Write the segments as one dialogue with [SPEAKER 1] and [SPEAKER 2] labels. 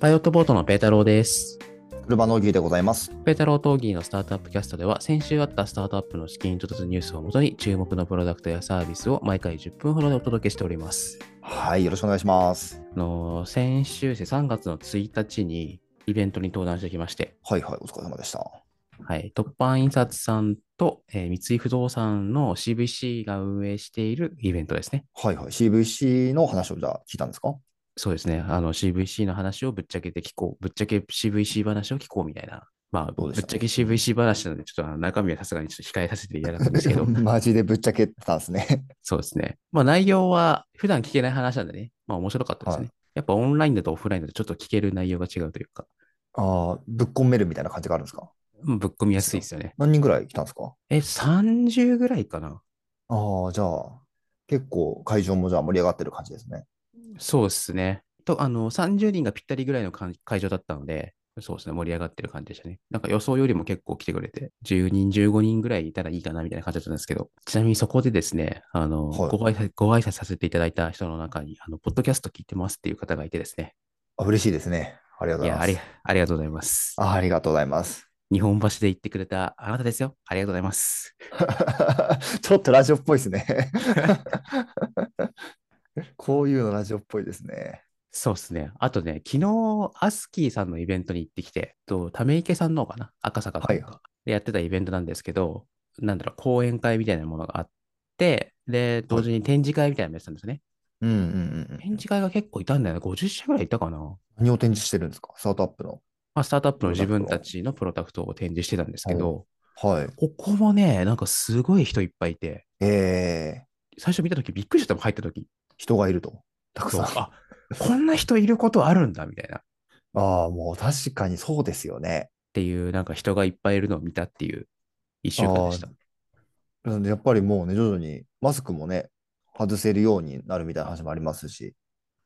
[SPEAKER 1] パイロットボートのペータローです。
[SPEAKER 2] 車農儀でございます。
[SPEAKER 1] ペータロー討議のスタートアップキャストでは、先週あったスタートアップの資金に突ニュースをもとに、注目のプロダクトやサービスを毎回10分ほどでお届けしております。
[SPEAKER 2] はい、よろしくお願いします。
[SPEAKER 1] あのー先週ですね、3月の1日にイベントに登壇してきまして、
[SPEAKER 2] はいはい、お疲れ様でした。
[SPEAKER 1] はい、突版印刷さんと、えー三井不動産の CVC が運営しているイベントですね。
[SPEAKER 2] はいはい、CVC の話をじゃあ聞いたんですか
[SPEAKER 1] そうですね。あの CVC の話をぶっちゃけて聞こう。ぶっちゃけ CVC 話を聞こうみたいな。まあ、
[SPEAKER 2] ど
[SPEAKER 1] ぶ
[SPEAKER 2] う
[SPEAKER 1] っ
[SPEAKER 2] でし
[SPEAKER 1] ち
[SPEAKER 2] た
[SPEAKER 1] ゃけ CVC 話なので、ちょっとあの中身はさすがにちょっと控えさせていただくんですけど、
[SPEAKER 2] マジでぶっちゃけてたんですね。
[SPEAKER 1] そうですね。まあ内容は普段聞けない話なんでね、まあ面白かったですね。
[SPEAKER 2] はい
[SPEAKER 1] やっぱオンラインだとオフラインだとちょっと聞ける内容が違うというか、
[SPEAKER 2] ああ、ぶっこめるみたいな感じがあるんですか
[SPEAKER 1] うんぶっ込みやすいですよね。
[SPEAKER 2] 何人ぐらい来たんですか
[SPEAKER 1] え、30ぐらいかな
[SPEAKER 2] ああ、じゃあ、結構会場もじゃあ盛り上がってる感じですね。
[SPEAKER 1] そうですね。と、あの、30人がぴったりぐらいのかん会場だったので、そうですね、盛り上がってる感じでしたね。なんか予想よりも結構来てくれて、10人、15人ぐらいいたらいいかなみたいな感じだったんですけど、ちなみにそこでですね、あの、
[SPEAKER 2] はい
[SPEAKER 1] ご挨拶、ご挨拶させていただいた人の中に、あの、ポッドキャスト聞いてますっていう方がいてですね、
[SPEAKER 2] あ嬉しいですね。ありがとう
[SPEAKER 1] いや、
[SPEAKER 2] ございま
[SPEAKER 1] あ
[SPEAKER 2] す。
[SPEAKER 1] り、ありがとうございます。
[SPEAKER 2] あありがとうございます。
[SPEAKER 1] 日本橋で言ってくれたあなたですよ。ありがとうございます。
[SPEAKER 2] ちょっとラジオっぽいです ね。こういうのラジオっぽいですね。
[SPEAKER 1] そうですね。あとね、昨日、アスキーさんのイベントに行ってきて、とため池さんの方かな赤坂と
[SPEAKER 2] はい
[SPEAKER 1] かでやってたイベントなんですけど、なんだろう、講演会みたいなものがあって、で、同時に展示会みたいなのもやってたんですね。
[SPEAKER 2] うんうんうんうん。
[SPEAKER 1] 展示会が結構いたんだよね。50社ぐらいいたかな。ま
[SPEAKER 2] 何を展示してるんですかスタートアップの。
[SPEAKER 1] あ、スタートアップの自
[SPEAKER 2] プロダ
[SPEAKER 1] 分
[SPEAKER 2] クト
[SPEAKER 1] たちのプロダクトを展示してたんですけど、
[SPEAKER 2] はい。
[SPEAKER 1] ここもね、なんかすごい人いっぱいいて、
[SPEAKER 2] ええ
[SPEAKER 1] 最初見たときびっくりしたもん、入ったとき。
[SPEAKER 2] 人がいると。たく
[SPEAKER 1] そ
[SPEAKER 2] さ。
[SPEAKER 1] うんあ、こんな人いることあるんだ、みたいな。っ
[SPEAKER 2] ああ、もう確かにそうですよね。
[SPEAKER 1] ていう、なんか人がいっぱいいるのを見たっていう一週間でした。
[SPEAKER 2] なんでやっぱりもうね、徐々にマスクもね、外せるようになるみたいな話もありますし、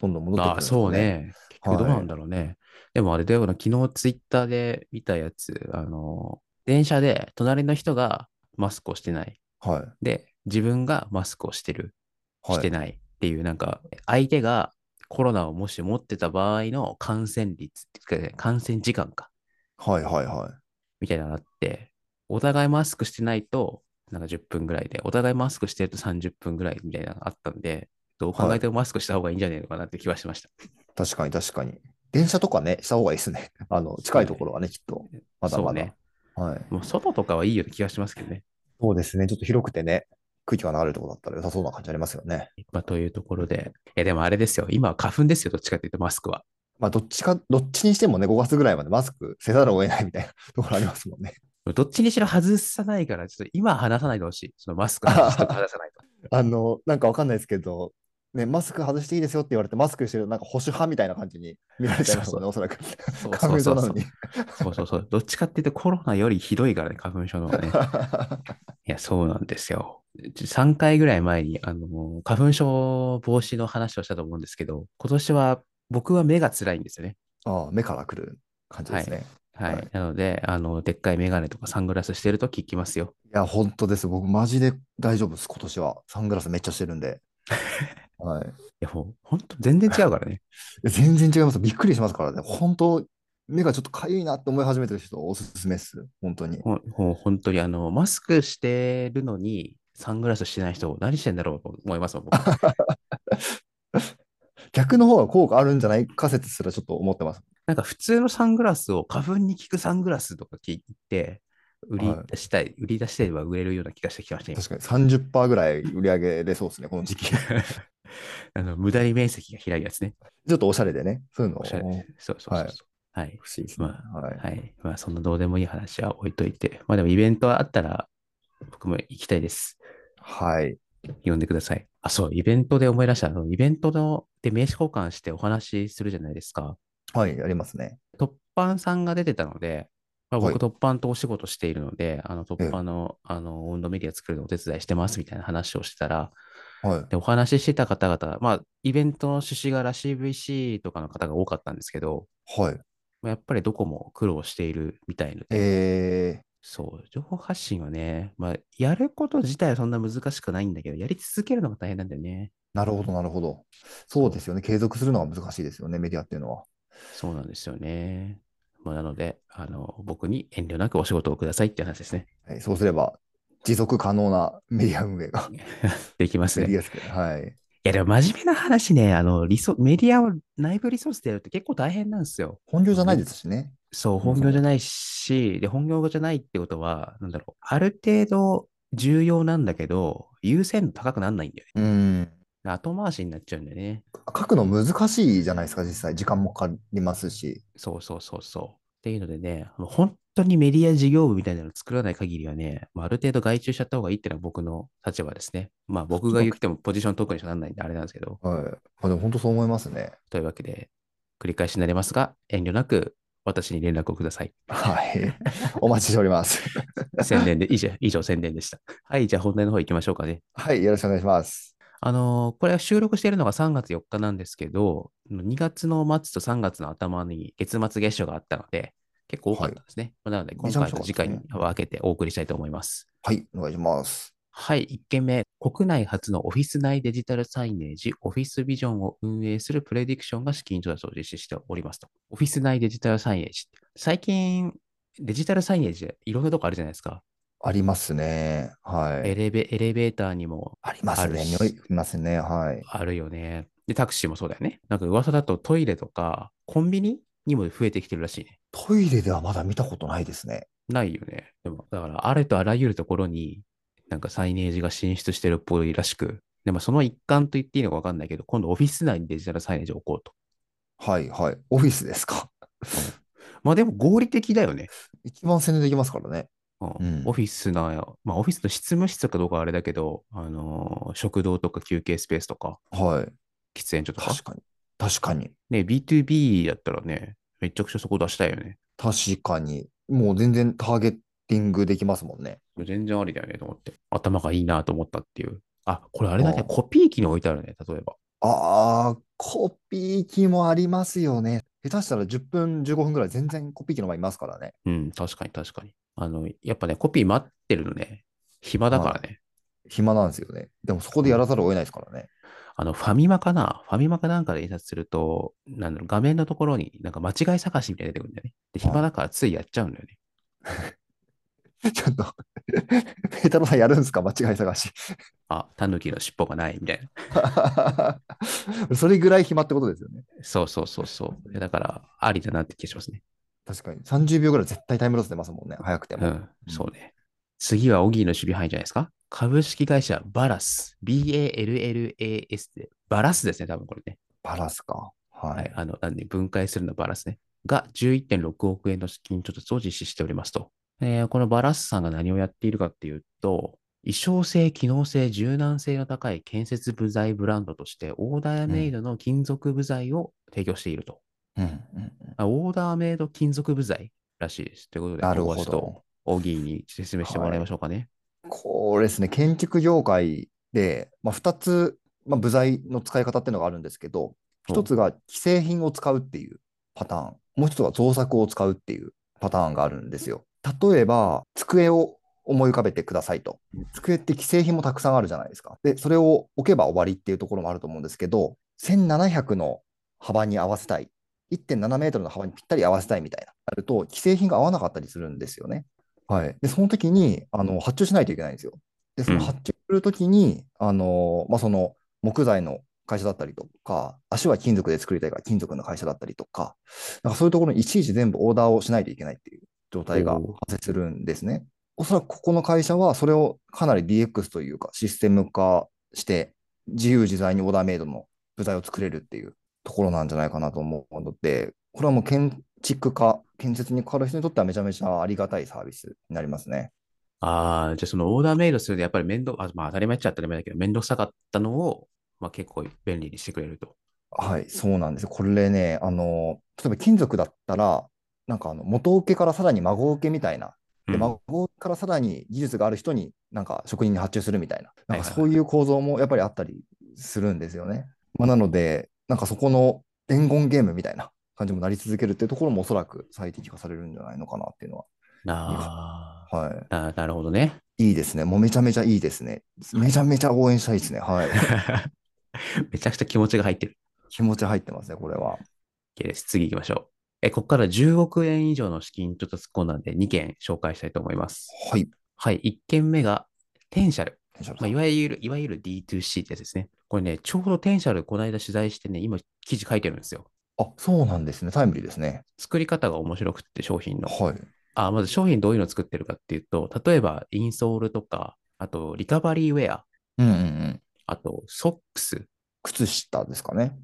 [SPEAKER 2] どんどん戻ってくる
[SPEAKER 1] ああ、
[SPEAKER 2] んです
[SPEAKER 1] そう
[SPEAKER 2] よね。
[SPEAKER 1] ね。結局どうなんだろうね。でもあれだよな、昨日ツイッターで見たやつ、あの、電車で隣の人がマスクをしてない。
[SPEAKER 2] はい。
[SPEAKER 1] で、自分がマスクをしてる、
[SPEAKER 2] はい。
[SPEAKER 1] してないっていう、なんか、相手がコロナをもし持ってた場合の感染率っていうか、感染時間か、
[SPEAKER 2] はいはいはい。
[SPEAKER 1] みたいなのがあって、お互いマスクしてないと、なんか10分ぐらいで、お互いマスクしてると30分ぐらいみたいなのがあったんで、どう考えてもマスクした方がいいんじゃねえのかなって気はしました。
[SPEAKER 2] 確かに確かに。電車とかね、した方がいいですね。 あの、近いところはね、きっと。まだ
[SPEAKER 1] そ
[SPEAKER 2] ま
[SPEAKER 1] う
[SPEAKER 2] だ。
[SPEAKER 1] ね。
[SPEAKER 2] はい。
[SPEAKER 1] もう外とかはいいような気がしますけどね。
[SPEAKER 2] そうですね。ちょっと広くてね、空気が流れるところだったら良さそうな感じありますよね。
[SPEAKER 1] まあ、というところで。いや、でもあれですよ。今は花粉ですよ。どっちかっていうとマスクは。
[SPEAKER 2] まあ、どっちか、どっちにしてもね、5月ぐらいまでマスクせざるを得ないみたいな ところありますもんね。
[SPEAKER 1] どっちにしろ外さないから、ちょっと今話さないでほしい。そのマスク外しとか外さ ないと。
[SPEAKER 2] あの、なんかわかんないですけど、ね、マスク外していいですよって言われて、マスクしてる、なんか保守派みたいな感じに見られちゃいますよね、おそらく。
[SPEAKER 1] そう
[SPEAKER 2] 花粉症 なのに。
[SPEAKER 1] そうそうそう。どっちかっていうとコロナよりひどいからね、花粉症の 方がね。いや、そうなんですよ。3回ぐらい前に、あの、花粉症防止の話をしたと思うんですけど、今年は僕は目が辛いんですよね。
[SPEAKER 2] ああ、目からくる感じですね。い、
[SPEAKER 1] はい。
[SPEAKER 2] はい
[SPEAKER 1] なので、あの、でっかいメガネとかサングラスしてると効きますよ。
[SPEAKER 2] や、本当です。僕、マジで大丈夫です、今年は。サングラスめっちゃしてる んで。はい。
[SPEAKER 1] いや、もう、ほんと全然違うからね。
[SPEAKER 2] いや全然違います。びっくりしますからね。本当、目がちょっとかゆいなって思い始めてる人、おすすめです。本当に。
[SPEAKER 1] もうもう本当にあの、マスクしてるのに、サングラスしてない人、何してんだろうと思いますもん、 僕
[SPEAKER 2] 逆の方が効果あるんじゃないか説すらちょっと思ってます。
[SPEAKER 1] なんか普通のサングラスを花粉に効くサングラスとか聞いて、売り出したい、売り出してれば売れるような気がしてきました、今
[SPEAKER 2] 確かに30%ぐらい売り上げ出そうですね、この時期。 ち
[SPEAKER 1] あの無駄に面積が開いやつね。
[SPEAKER 2] ょっとおしゃれでね。そういうのを
[SPEAKER 1] おしゃれ
[SPEAKER 2] 不
[SPEAKER 1] そうそうそうそう。はい。
[SPEAKER 2] 思議ですね。
[SPEAKER 1] ま
[SPEAKER 2] はい
[SPEAKER 1] あ、はい。まあ、そんなどうでもいい話は置いといて、まあでもイベントあったら、僕も行きたいです。
[SPEAKER 2] はい。
[SPEAKER 1] 呼んでください。あ、そう、イベントで思い出した。あのイベントので名刺交換してお話しするじゃないですか。
[SPEAKER 2] はい、ありますね。
[SPEAKER 1] 突版さんが出てたので、まあ、
[SPEAKER 2] はい
[SPEAKER 1] 僕、突版とお仕事しているので、あの突版のあの温度メディア作るのお手伝いしてますみたいな話をしてたら、
[SPEAKER 2] はい。
[SPEAKER 1] でお話ししてた方々、まあ、イベントの趣旨柄 CVC とかの方が多かったんですけど、
[SPEAKER 2] はい。
[SPEAKER 1] まあやっぱりどこも苦労しているみたいので、
[SPEAKER 2] え
[SPEAKER 1] そう、情報発信はね、まあ、やること自体はそんな難しくないんだけど、やり続けるのが大変なんだよね。
[SPEAKER 2] ー、なるほど、なるほど。そうですよね。継続するのは難しいですよね、メディアっていうのは。
[SPEAKER 1] そうなんですよね。まあ、なので、あの、僕に遠慮なくお仕事をくださいって話ですね。
[SPEAKER 2] はい、そうすれば、持続可能な メディア運営が
[SPEAKER 1] できます
[SPEAKER 2] メ
[SPEAKER 1] ね。
[SPEAKER 2] デ
[SPEAKER 1] い
[SPEAKER 2] ィアスケはい。
[SPEAKER 1] や、でも真面目な話ね、あの、リソ、メディアを内部リソースでやるって結構大変なんですよ。
[SPEAKER 2] 本業じゃないですしね。
[SPEAKER 1] そう、
[SPEAKER 2] そう
[SPEAKER 1] 本業じゃないし、で、本業じゃないってことは、なんだろう、ある程度重要なんだけど、優先度高くなんないんだよ
[SPEAKER 2] うん。
[SPEAKER 1] ね。後回しになっちゃうんだよね。
[SPEAKER 2] 書くの難しいじゃないですか、実際。時間もかかりますし。
[SPEAKER 1] そうそうそうそう。っていうのでね、あの本当にメディア事業部みたいなの作らない限りはね、まあ、ある程度外注しちゃった方がいいっていうのは僕の立場ですね。まあ僕が言ってもポジショントークにしかならないんであれなんですけど。
[SPEAKER 2] はい。あ、でも本当そう思いますね。
[SPEAKER 1] というわけで、繰り返しになりますが、遠慮なく私に連絡をください。
[SPEAKER 2] はい。 お待ちしております。
[SPEAKER 1] 宣伝で、以上、以上宣伝でした。 はい、じゃあ本題の方行きましょうかね。
[SPEAKER 2] はい。よろしくお願いします。
[SPEAKER 1] あのーこれは収録しているのが3月4日なんですけど、2月の末と3月の頭に月末月初があったので、結構多かったですね。なので、今
[SPEAKER 2] めちゃめ
[SPEAKER 1] 回
[SPEAKER 2] ちゃ
[SPEAKER 1] と
[SPEAKER 2] 多かった
[SPEAKER 1] 次
[SPEAKER 2] ですね
[SPEAKER 1] 回に分けてお送りしたいと思います。
[SPEAKER 2] はい。お願いします。
[SPEAKER 1] はい、1件目。国内初のオフィス内デジタルサイネージ、オフィスビジョンを運営するプレディクションが資金調達を実施しておりますと。オフィス内デジタルサイネージ。最近、デジタルサイネージ、いろんなとこあるじゃないですか。
[SPEAKER 2] ありますね。はい。
[SPEAKER 1] エレベエレベーターにも
[SPEAKER 2] ありますね。
[SPEAKER 1] ある
[SPEAKER 2] 匂
[SPEAKER 1] し
[SPEAKER 2] いありますね。はい。
[SPEAKER 1] あるよね。で、タクシーもそうだよね。なんか噂だとトイレとか、コンビニにも増えてきてるらしいね。
[SPEAKER 2] トイレではまだ見たことないですね。
[SPEAKER 1] ないよね。でも、だから、あれとあらゆるところに、なんかサイネージが進出してるっぽいらしく、でもその一環と言っていいのか分かんないけど、今度オフィス内にデジタルサイネージを置こうと。
[SPEAKER 2] はいはい。オフィスですか。
[SPEAKER 1] まあでも合理的だよね。
[SPEAKER 2] 一番宣伝できますからね。
[SPEAKER 1] うん
[SPEAKER 2] うん
[SPEAKER 1] オフィスな、まあオフィスの執務室とかどうかはあれだけど、あのー食堂とか休憩スペースとか、
[SPEAKER 2] はい。
[SPEAKER 1] 喫煙所とか、
[SPEAKER 2] 確かに。確かに。
[SPEAKER 1] ね、B2B だったらね、めちゃくちゃそこ出したいよね。
[SPEAKER 2] 確かに。もう全然ターゲッティングできますもんね。
[SPEAKER 1] 全然ありだよねと思って。頭がいいなと思ったっていう。あ、これあれだ
[SPEAKER 2] あ
[SPEAKER 1] ね
[SPEAKER 2] あ。
[SPEAKER 1] コピー機に置いてあるね、例えば。
[SPEAKER 2] ああ、コピー機もありますよね。下手したら10分、15分ぐらい全然コピー機の前いますからね。
[SPEAKER 1] うん、確かに確かに。あの、やっぱね、コピー待ってるのね、暇だからね。
[SPEAKER 2] 暇なんですよね。でもそこでやらざるを得ないですから ね。
[SPEAKER 1] あの、ファミマかなファミマかなんかで印刷すると、なんだろう、画面のところになんか間違い探しみたいなの出てくるんだよね。で、
[SPEAKER 2] はい
[SPEAKER 1] 暇だからついやっちゃうんだよね。
[SPEAKER 2] ちょっと、ペータロさんやるんですか間違い探し。
[SPEAKER 1] あ、タヌキの尻尾がないみたいな。
[SPEAKER 2] それぐらい暇ってことですよね。
[SPEAKER 1] そうそうそうそう。いやだから、ありだなって気がしますね。
[SPEAKER 2] 確かに。30秒ぐらい絶対タイムロス出ますもんね。早くて
[SPEAKER 1] う
[SPEAKER 2] も。
[SPEAKER 1] ん、そうね。次はオギーの守備範囲じゃないですか株式会社バラス。B-A-L-L-A-S で、バラスですね、多分これね。
[SPEAKER 2] バランスか。は
[SPEAKER 1] はい
[SPEAKER 2] い。、
[SPEAKER 1] あの、なんで分解するのバラスね。が11.6億円の資金調達を実施しておりますと。えーこのバラスさんが何をやっているかっていうと、衣装性、機能性、柔軟性の高い建設部材ブランドとして、オーダーメイドの金属部材を提供していると。
[SPEAKER 2] うんうんうん
[SPEAKER 1] あオーダーメイド金属部材らしいです。ということで、
[SPEAKER 2] なるほ
[SPEAKER 1] ここはちょっと
[SPEAKER 2] ど。
[SPEAKER 1] オギーに説明してもらいましょうかね。
[SPEAKER 2] これですね、建築業界で、まあ、2つ、まあ、部材の使い方っていうのがあるんですけど、1つが既製品を使うっていうパターン、もう1つが造作を使うっていうパターンがあるんですよ。例えば、机を思い浮かべてくださいと。机って既製品もたくさんあるじゃないですか。で、それを置けば終わりっていうところもあると思うんですけど、1700の幅に合わせたい。1.7メートルの幅にぴったり合わせたいみたいな。あると、既製品が合わなかったりするんですよね。はい。で、その時に、あの、発注しないといけないんですよ。で、その
[SPEAKER 1] うん
[SPEAKER 2] 発注する時に、あの、まあ、その、木材の会社だったりとか、足は金属で作りたいから金属の会社だったりとか、なんかそういうところにいちいち全部オーダーをしないといけないっていう状態が
[SPEAKER 1] おー
[SPEAKER 2] 発生するんですね。おそらくここの会社はそれをかなり DX というかシステム化して自由自在にオーダーメイドの部材を作れるっていうところなんじゃないかなと思うので、これはもう建築家、建設に関わる人にとってはめちゃめちゃありがたいサービスになりますね。
[SPEAKER 1] ああ、じゃあそのオーダーメイドするのやっぱり面倒、あまあ当たり前っちゃ当たり前だけど、面倒くさかったのを、まあ結構便利にしてくれると。
[SPEAKER 2] はい、そうなんですよ。これね、あの、例えば金属だったら、なんかあの元請けからさらに孫請けみたいな、
[SPEAKER 1] う
[SPEAKER 2] で、
[SPEAKER 1] ん
[SPEAKER 2] 孫請けからさらに技術がある人に、なんか職人に発注するみたいな、な
[SPEAKER 1] はいは
[SPEAKER 2] んか
[SPEAKER 1] いはい
[SPEAKER 2] そういう構造もやっぱりあったりするんですよね。まあ、なので、なんかそこの伝言ゲームみたいな感じもなり続けるっていうところもおそらく最適化されるんじゃないのかなっていうの
[SPEAKER 1] なあ
[SPEAKER 2] は、は
[SPEAKER 1] ななるほどね。
[SPEAKER 2] い、いいですね。もうめちゃめちゃいいですね。めちゃめちゃ応援したいですね。はい。
[SPEAKER 1] めちゃくちゃ気持ちが入ってる。
[SPEAKER 2] 気持ち入ってますね、これは。
[SPEAKER 1] OK です。次行きましょう。え、ここから10億円以上の資金調達コーナーで2件紹介したいと思います。
[SPEAKER 2] はい。
[SPEAKER 1] はい。1件目が、テンシャル。まあ、いわゆる、いわゆる D2C ってやつですね。これね、ちょうどテンシャル、この間取材してね、今記事書いてるんですよ。
[SPEAKER 2] あ、そうなんですね。タイムリーですね。
[SPEAKER 1] 作り方が面白くって、商品の。
[SPEAKER 2] はい。
[SPEAKER 1] あ、まず商品どういうの作ってるかっていうと、例えばインソールとか、あとリカバリーウェア、
[SPEAKER 2] うんうんうん。
[SPEAKER 1] あとソックス
[SPEAKER 2] 靴下ですかね。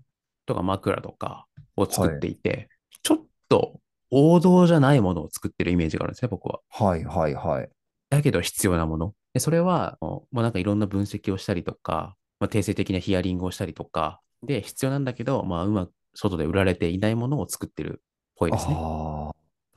[SPEAKER 1] とか枕とかを作っていて、ちょっと王道じゃないものを作ってるイメージがあるんですね、僕は。
[SPEAKER 2] はいはいはい。
[SPEAKER 1] だけど必要なもの。でそれは、もうなんかいろんな分析をしたりとか、まあ、定性的なヒアリングをしたりとか、で、必要なんだけど、まあ、うまく外で売られていないものを作ってるっぽいですね。
[SPEAKER 2] ああ、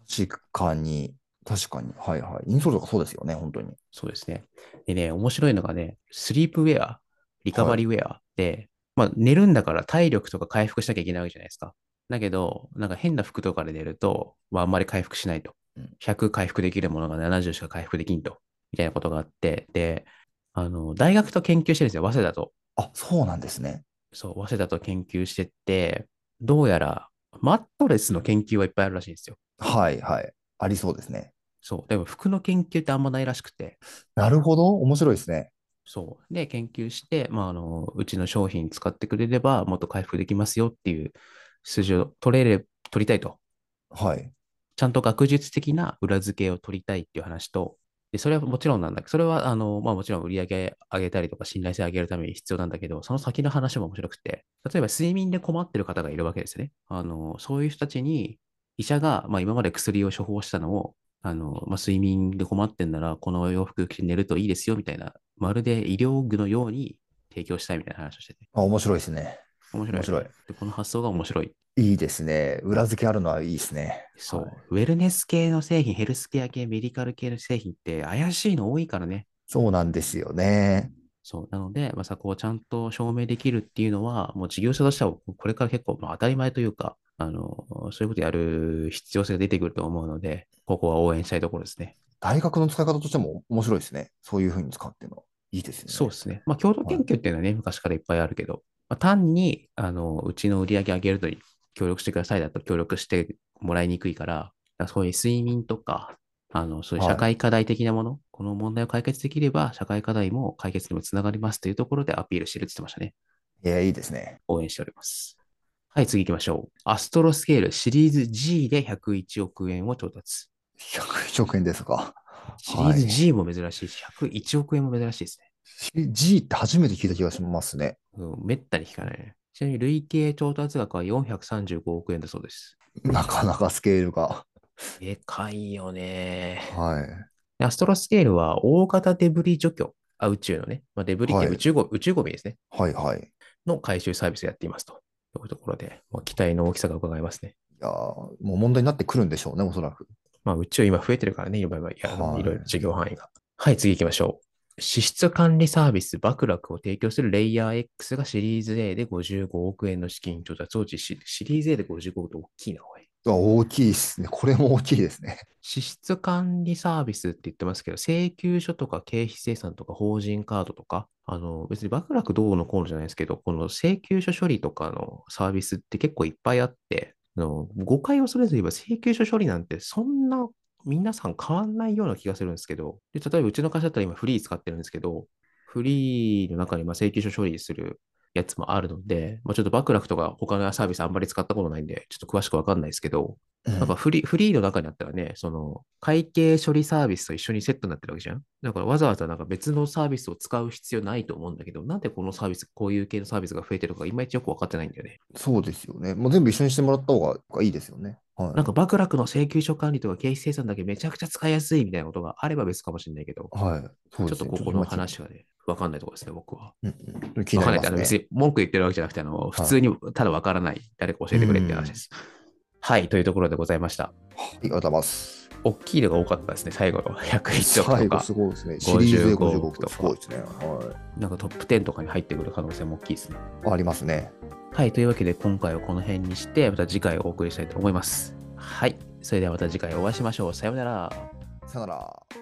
[SPEAKER 2] 確かに。確かに。はいはい。インソールとかそうですよね、本当に。
[SPEAKER 1] そうですね。でね、面白いのがね、スリープウェア、リカバリーウェアで、まあ寝るんだから体力とか回復しなきゃいけないわけじゃないですか。だけど、なんか変な服とかで寝ると、まああんまり回復しないと
[SPEAKER 2] うん。
[SPEAKER 1] 100回復できるものが70しか回復できんと。みたいなことがあって、で、あの、大学と研究してるんですよ、早稲田と。
[SPEAKER 2] あ、そうなんですね。
[SPEAKER 1] そう、早稲田と研究してて、どうやらマットレスの研究はいっぱいあるらしいんですよ。
[SPEAKER 2] はいはい。ありそうですね。
[SPEAKER 1] そう。でも服の研究ってあんまないらしくて。
[SPEAKER 2] なるほど。面白いですね。
[SPEAKER 1] そう。で、研究して、まあ、あの、うちの商品使ってくれれば、もっと回復できますよっていう数字を取れれ、取りたいと。
[SPEAKER 2] はい。
[SPEAKER 1] ちゃんと学術的な裏付けを取りたいっていう話と、で、それはもちろんなんだけど、それは、あの、まあもちろん売り上げ上げたりとか信頼性上げるために必要なんだけど、その先の話も面白くて、例えば睡眠で困ってる方がいるわけですね。あの、そういう人たちに、医者が、まあ今まで薬を処方したのを、あの、まあ睡眠で困ってんなら、この洋服着て寝るといいですよ、みたいな、まるで医療具のように提供したいみたいな話をしてて、
[SPEAKER 2] あ、面白いですね。
[SPEAKER 1] 面白い。
[SPEAKER 2] 面白い。
[SPEAKER 1] で、この発想が面白い。
[SPEAKER 2] いいですね。裏付けあるのはいいですね。
[SPEAKER 1] そう、
[SPEAKER 2] はい
[SPEAKER 1] ウェルネス系の製品、ヘルスケア系、メディカル系の製品って怪しいの多いからね。
[SPEAKER 2] そうなんですよね。
[SPEAKER 1] そう。なので、まあ、そこをちゃんと証明できるっていうのは、もう事業者としては、これから結構、まあ、当たり前というか、あの、そういうことやる必要性が出てくると思うので、ここは応援したいところですね。
[SPEAKER 2] 大学の使い方としても面白いですね。そういうふうに使うっていうのは。いいですね。
[SPEAKER 1] そうですね。まあ、共同研究っていうのはね、昔からいっぱいあるけど、まあ、単に、あの、うちの売り上げ上げるのに協力してくださいだと協力してもらいにくいから、だからそういう睡眠とか、あの、そういう
[SPEAKER 2] はい
[SPEAKER 1] 社会課題的なもの、この問題を解決できれば、社会課題も解決にもつながりますというところでアピールしてるって言ってましたね。
[SPEAKER 2] いや、いいですね。
[SPEAKER 1] 応援しております。はい、次行きましょう。アストロスケールシリーズ G で101億円を調達。
[SPEAKER 2] 100億円ですか。
[SPEAKER 1] シリーズ G も珍しいし、101億円も珍しいですね。
[SPEAKER 2] G って初めて聞いた気がしますね。
[SPEAKER 1] うん、めったに聞かないね。ちなみに累計調達額は435億円だそうです。
[SPEAKER 2] なかなかスケールが。
[SPEAKER 1] でかいよね。
[SPEAKER 2] はい。
[SPEAKER 1] アストロスケールは大型デブリ除去、あ宇宙のね、まあ、デブリって
[SPEAKER 2] はい
[SPEAKER 1] 宇宙ゴミ、宇宙ゴミですね、
[SPEAKER 2] はいはい。い
[SPEAKER 1] の回収サービスをやっていますと。というところで、まあ、期待の大きさが伺えますね。
[SPEAKER 2] やーもう問題になってくるんでしょうね、おそらく。
[SPEAKER 1] まあ、宇宙今増えてるからね、いろいろいやあ
[SPEAKER 2] は
[SPEAKER 1] の
[SPEAKER 2] い
[SPEAKER 1] いろいろ事業範囲が。はい、次行きましょう。支出管理サービス、バクラクを提供するレイヤー X がシリーズ A で55億円の資金調達を実施。シリーズ A で55億って大きいな、おい。
[SPEAKER 2] あ大きいですね。これも大きいですね。
[SPEAKER 1] 支出管理サービスって言ってますけど、請求書とか経費生産とか法人カードとか、あの、別にバクラクどうのこうのじゃないですけど、この請求書処理とかのサービスって結構いっぱいあって、あの誤解をそれず言えば請求書処理なんてそんな皆さん変わんないような気がするんですけど、で例えばうちの会社だったら今フリー使ってるんですけど、フリーの中にまあ請求書処理するやつもあるので、まあ、ちょっとバクラクとか他のサービスあんまり使ったことないんで、ちょっと詳しくわかんないですけど、なんかフリーフリーの中にあったらね、その会計処理サービスと一緒にセットになってるわけじゃん。だからわざわざなんか別のサービスを使う必要ないと思うんだけど、なんでこのサービス、こういう系のサービスが増えてるかがいまいちよく分かってないんだよね。
[SPEAKER 2] そうですよね。もう全部一緒にしてもらった方がいいですよね。はい。
[SPEAKER 1] なんかバクラクの請求書管理とか経費生産だけめちゃくちゃ使いやすいみたいなことがあれば別かもしれないけど、
[SPEAKER 2] はい。
[SPEAKER 1] ちょっとここの話
[SPEAKER 2] は。
[SPEAKER 1] はね、分かんないところですね、僕は。
[SPEAKER 2] うんうん気
[SPEAKER 1] 分
[SPEAKER 2] に
[SPEAKER 1] かんないっ
[SPEAKER 2] なり
[SPEAKER 1] てあの
[SPEAKER 2] ます
[SPEAKER 1] 別
[SPEAKER 2] ね。
[SPEAKER 1] に文句言ってるわけじゃなくて、あの普通にただ分からない、誰か教えてくれって話です。はい、というところでございました。
[SPEAKER 2] はいありがとうございます。
[SPEAKER 1] 大きいのが多かったですね、最後の101億
[SPEAKER 2] 最
[SPEAKER 1] と
[SPEAKER 2] 後
[SPEAKER 1] か
[SPEAKER 2] す。ごいですね。シリーズで55
[SPEAKER 1] 55と
[SPEAKER 2] 億
[SPEAKER 1] か
[SPEAKER 2] すごいですね。は
[SPEAKER 1] なんかトップ10とかに入ってくる可能性も大きいですね。
[SPEAKER 2] い。ありますね。
[SPEAKER 1] はい、というわけで今回はこの辺にして、また次回お送りしたいと思います。はい、それではまた次回お会いしましょう。さようなら。
[SPEAKER 2] さよなら。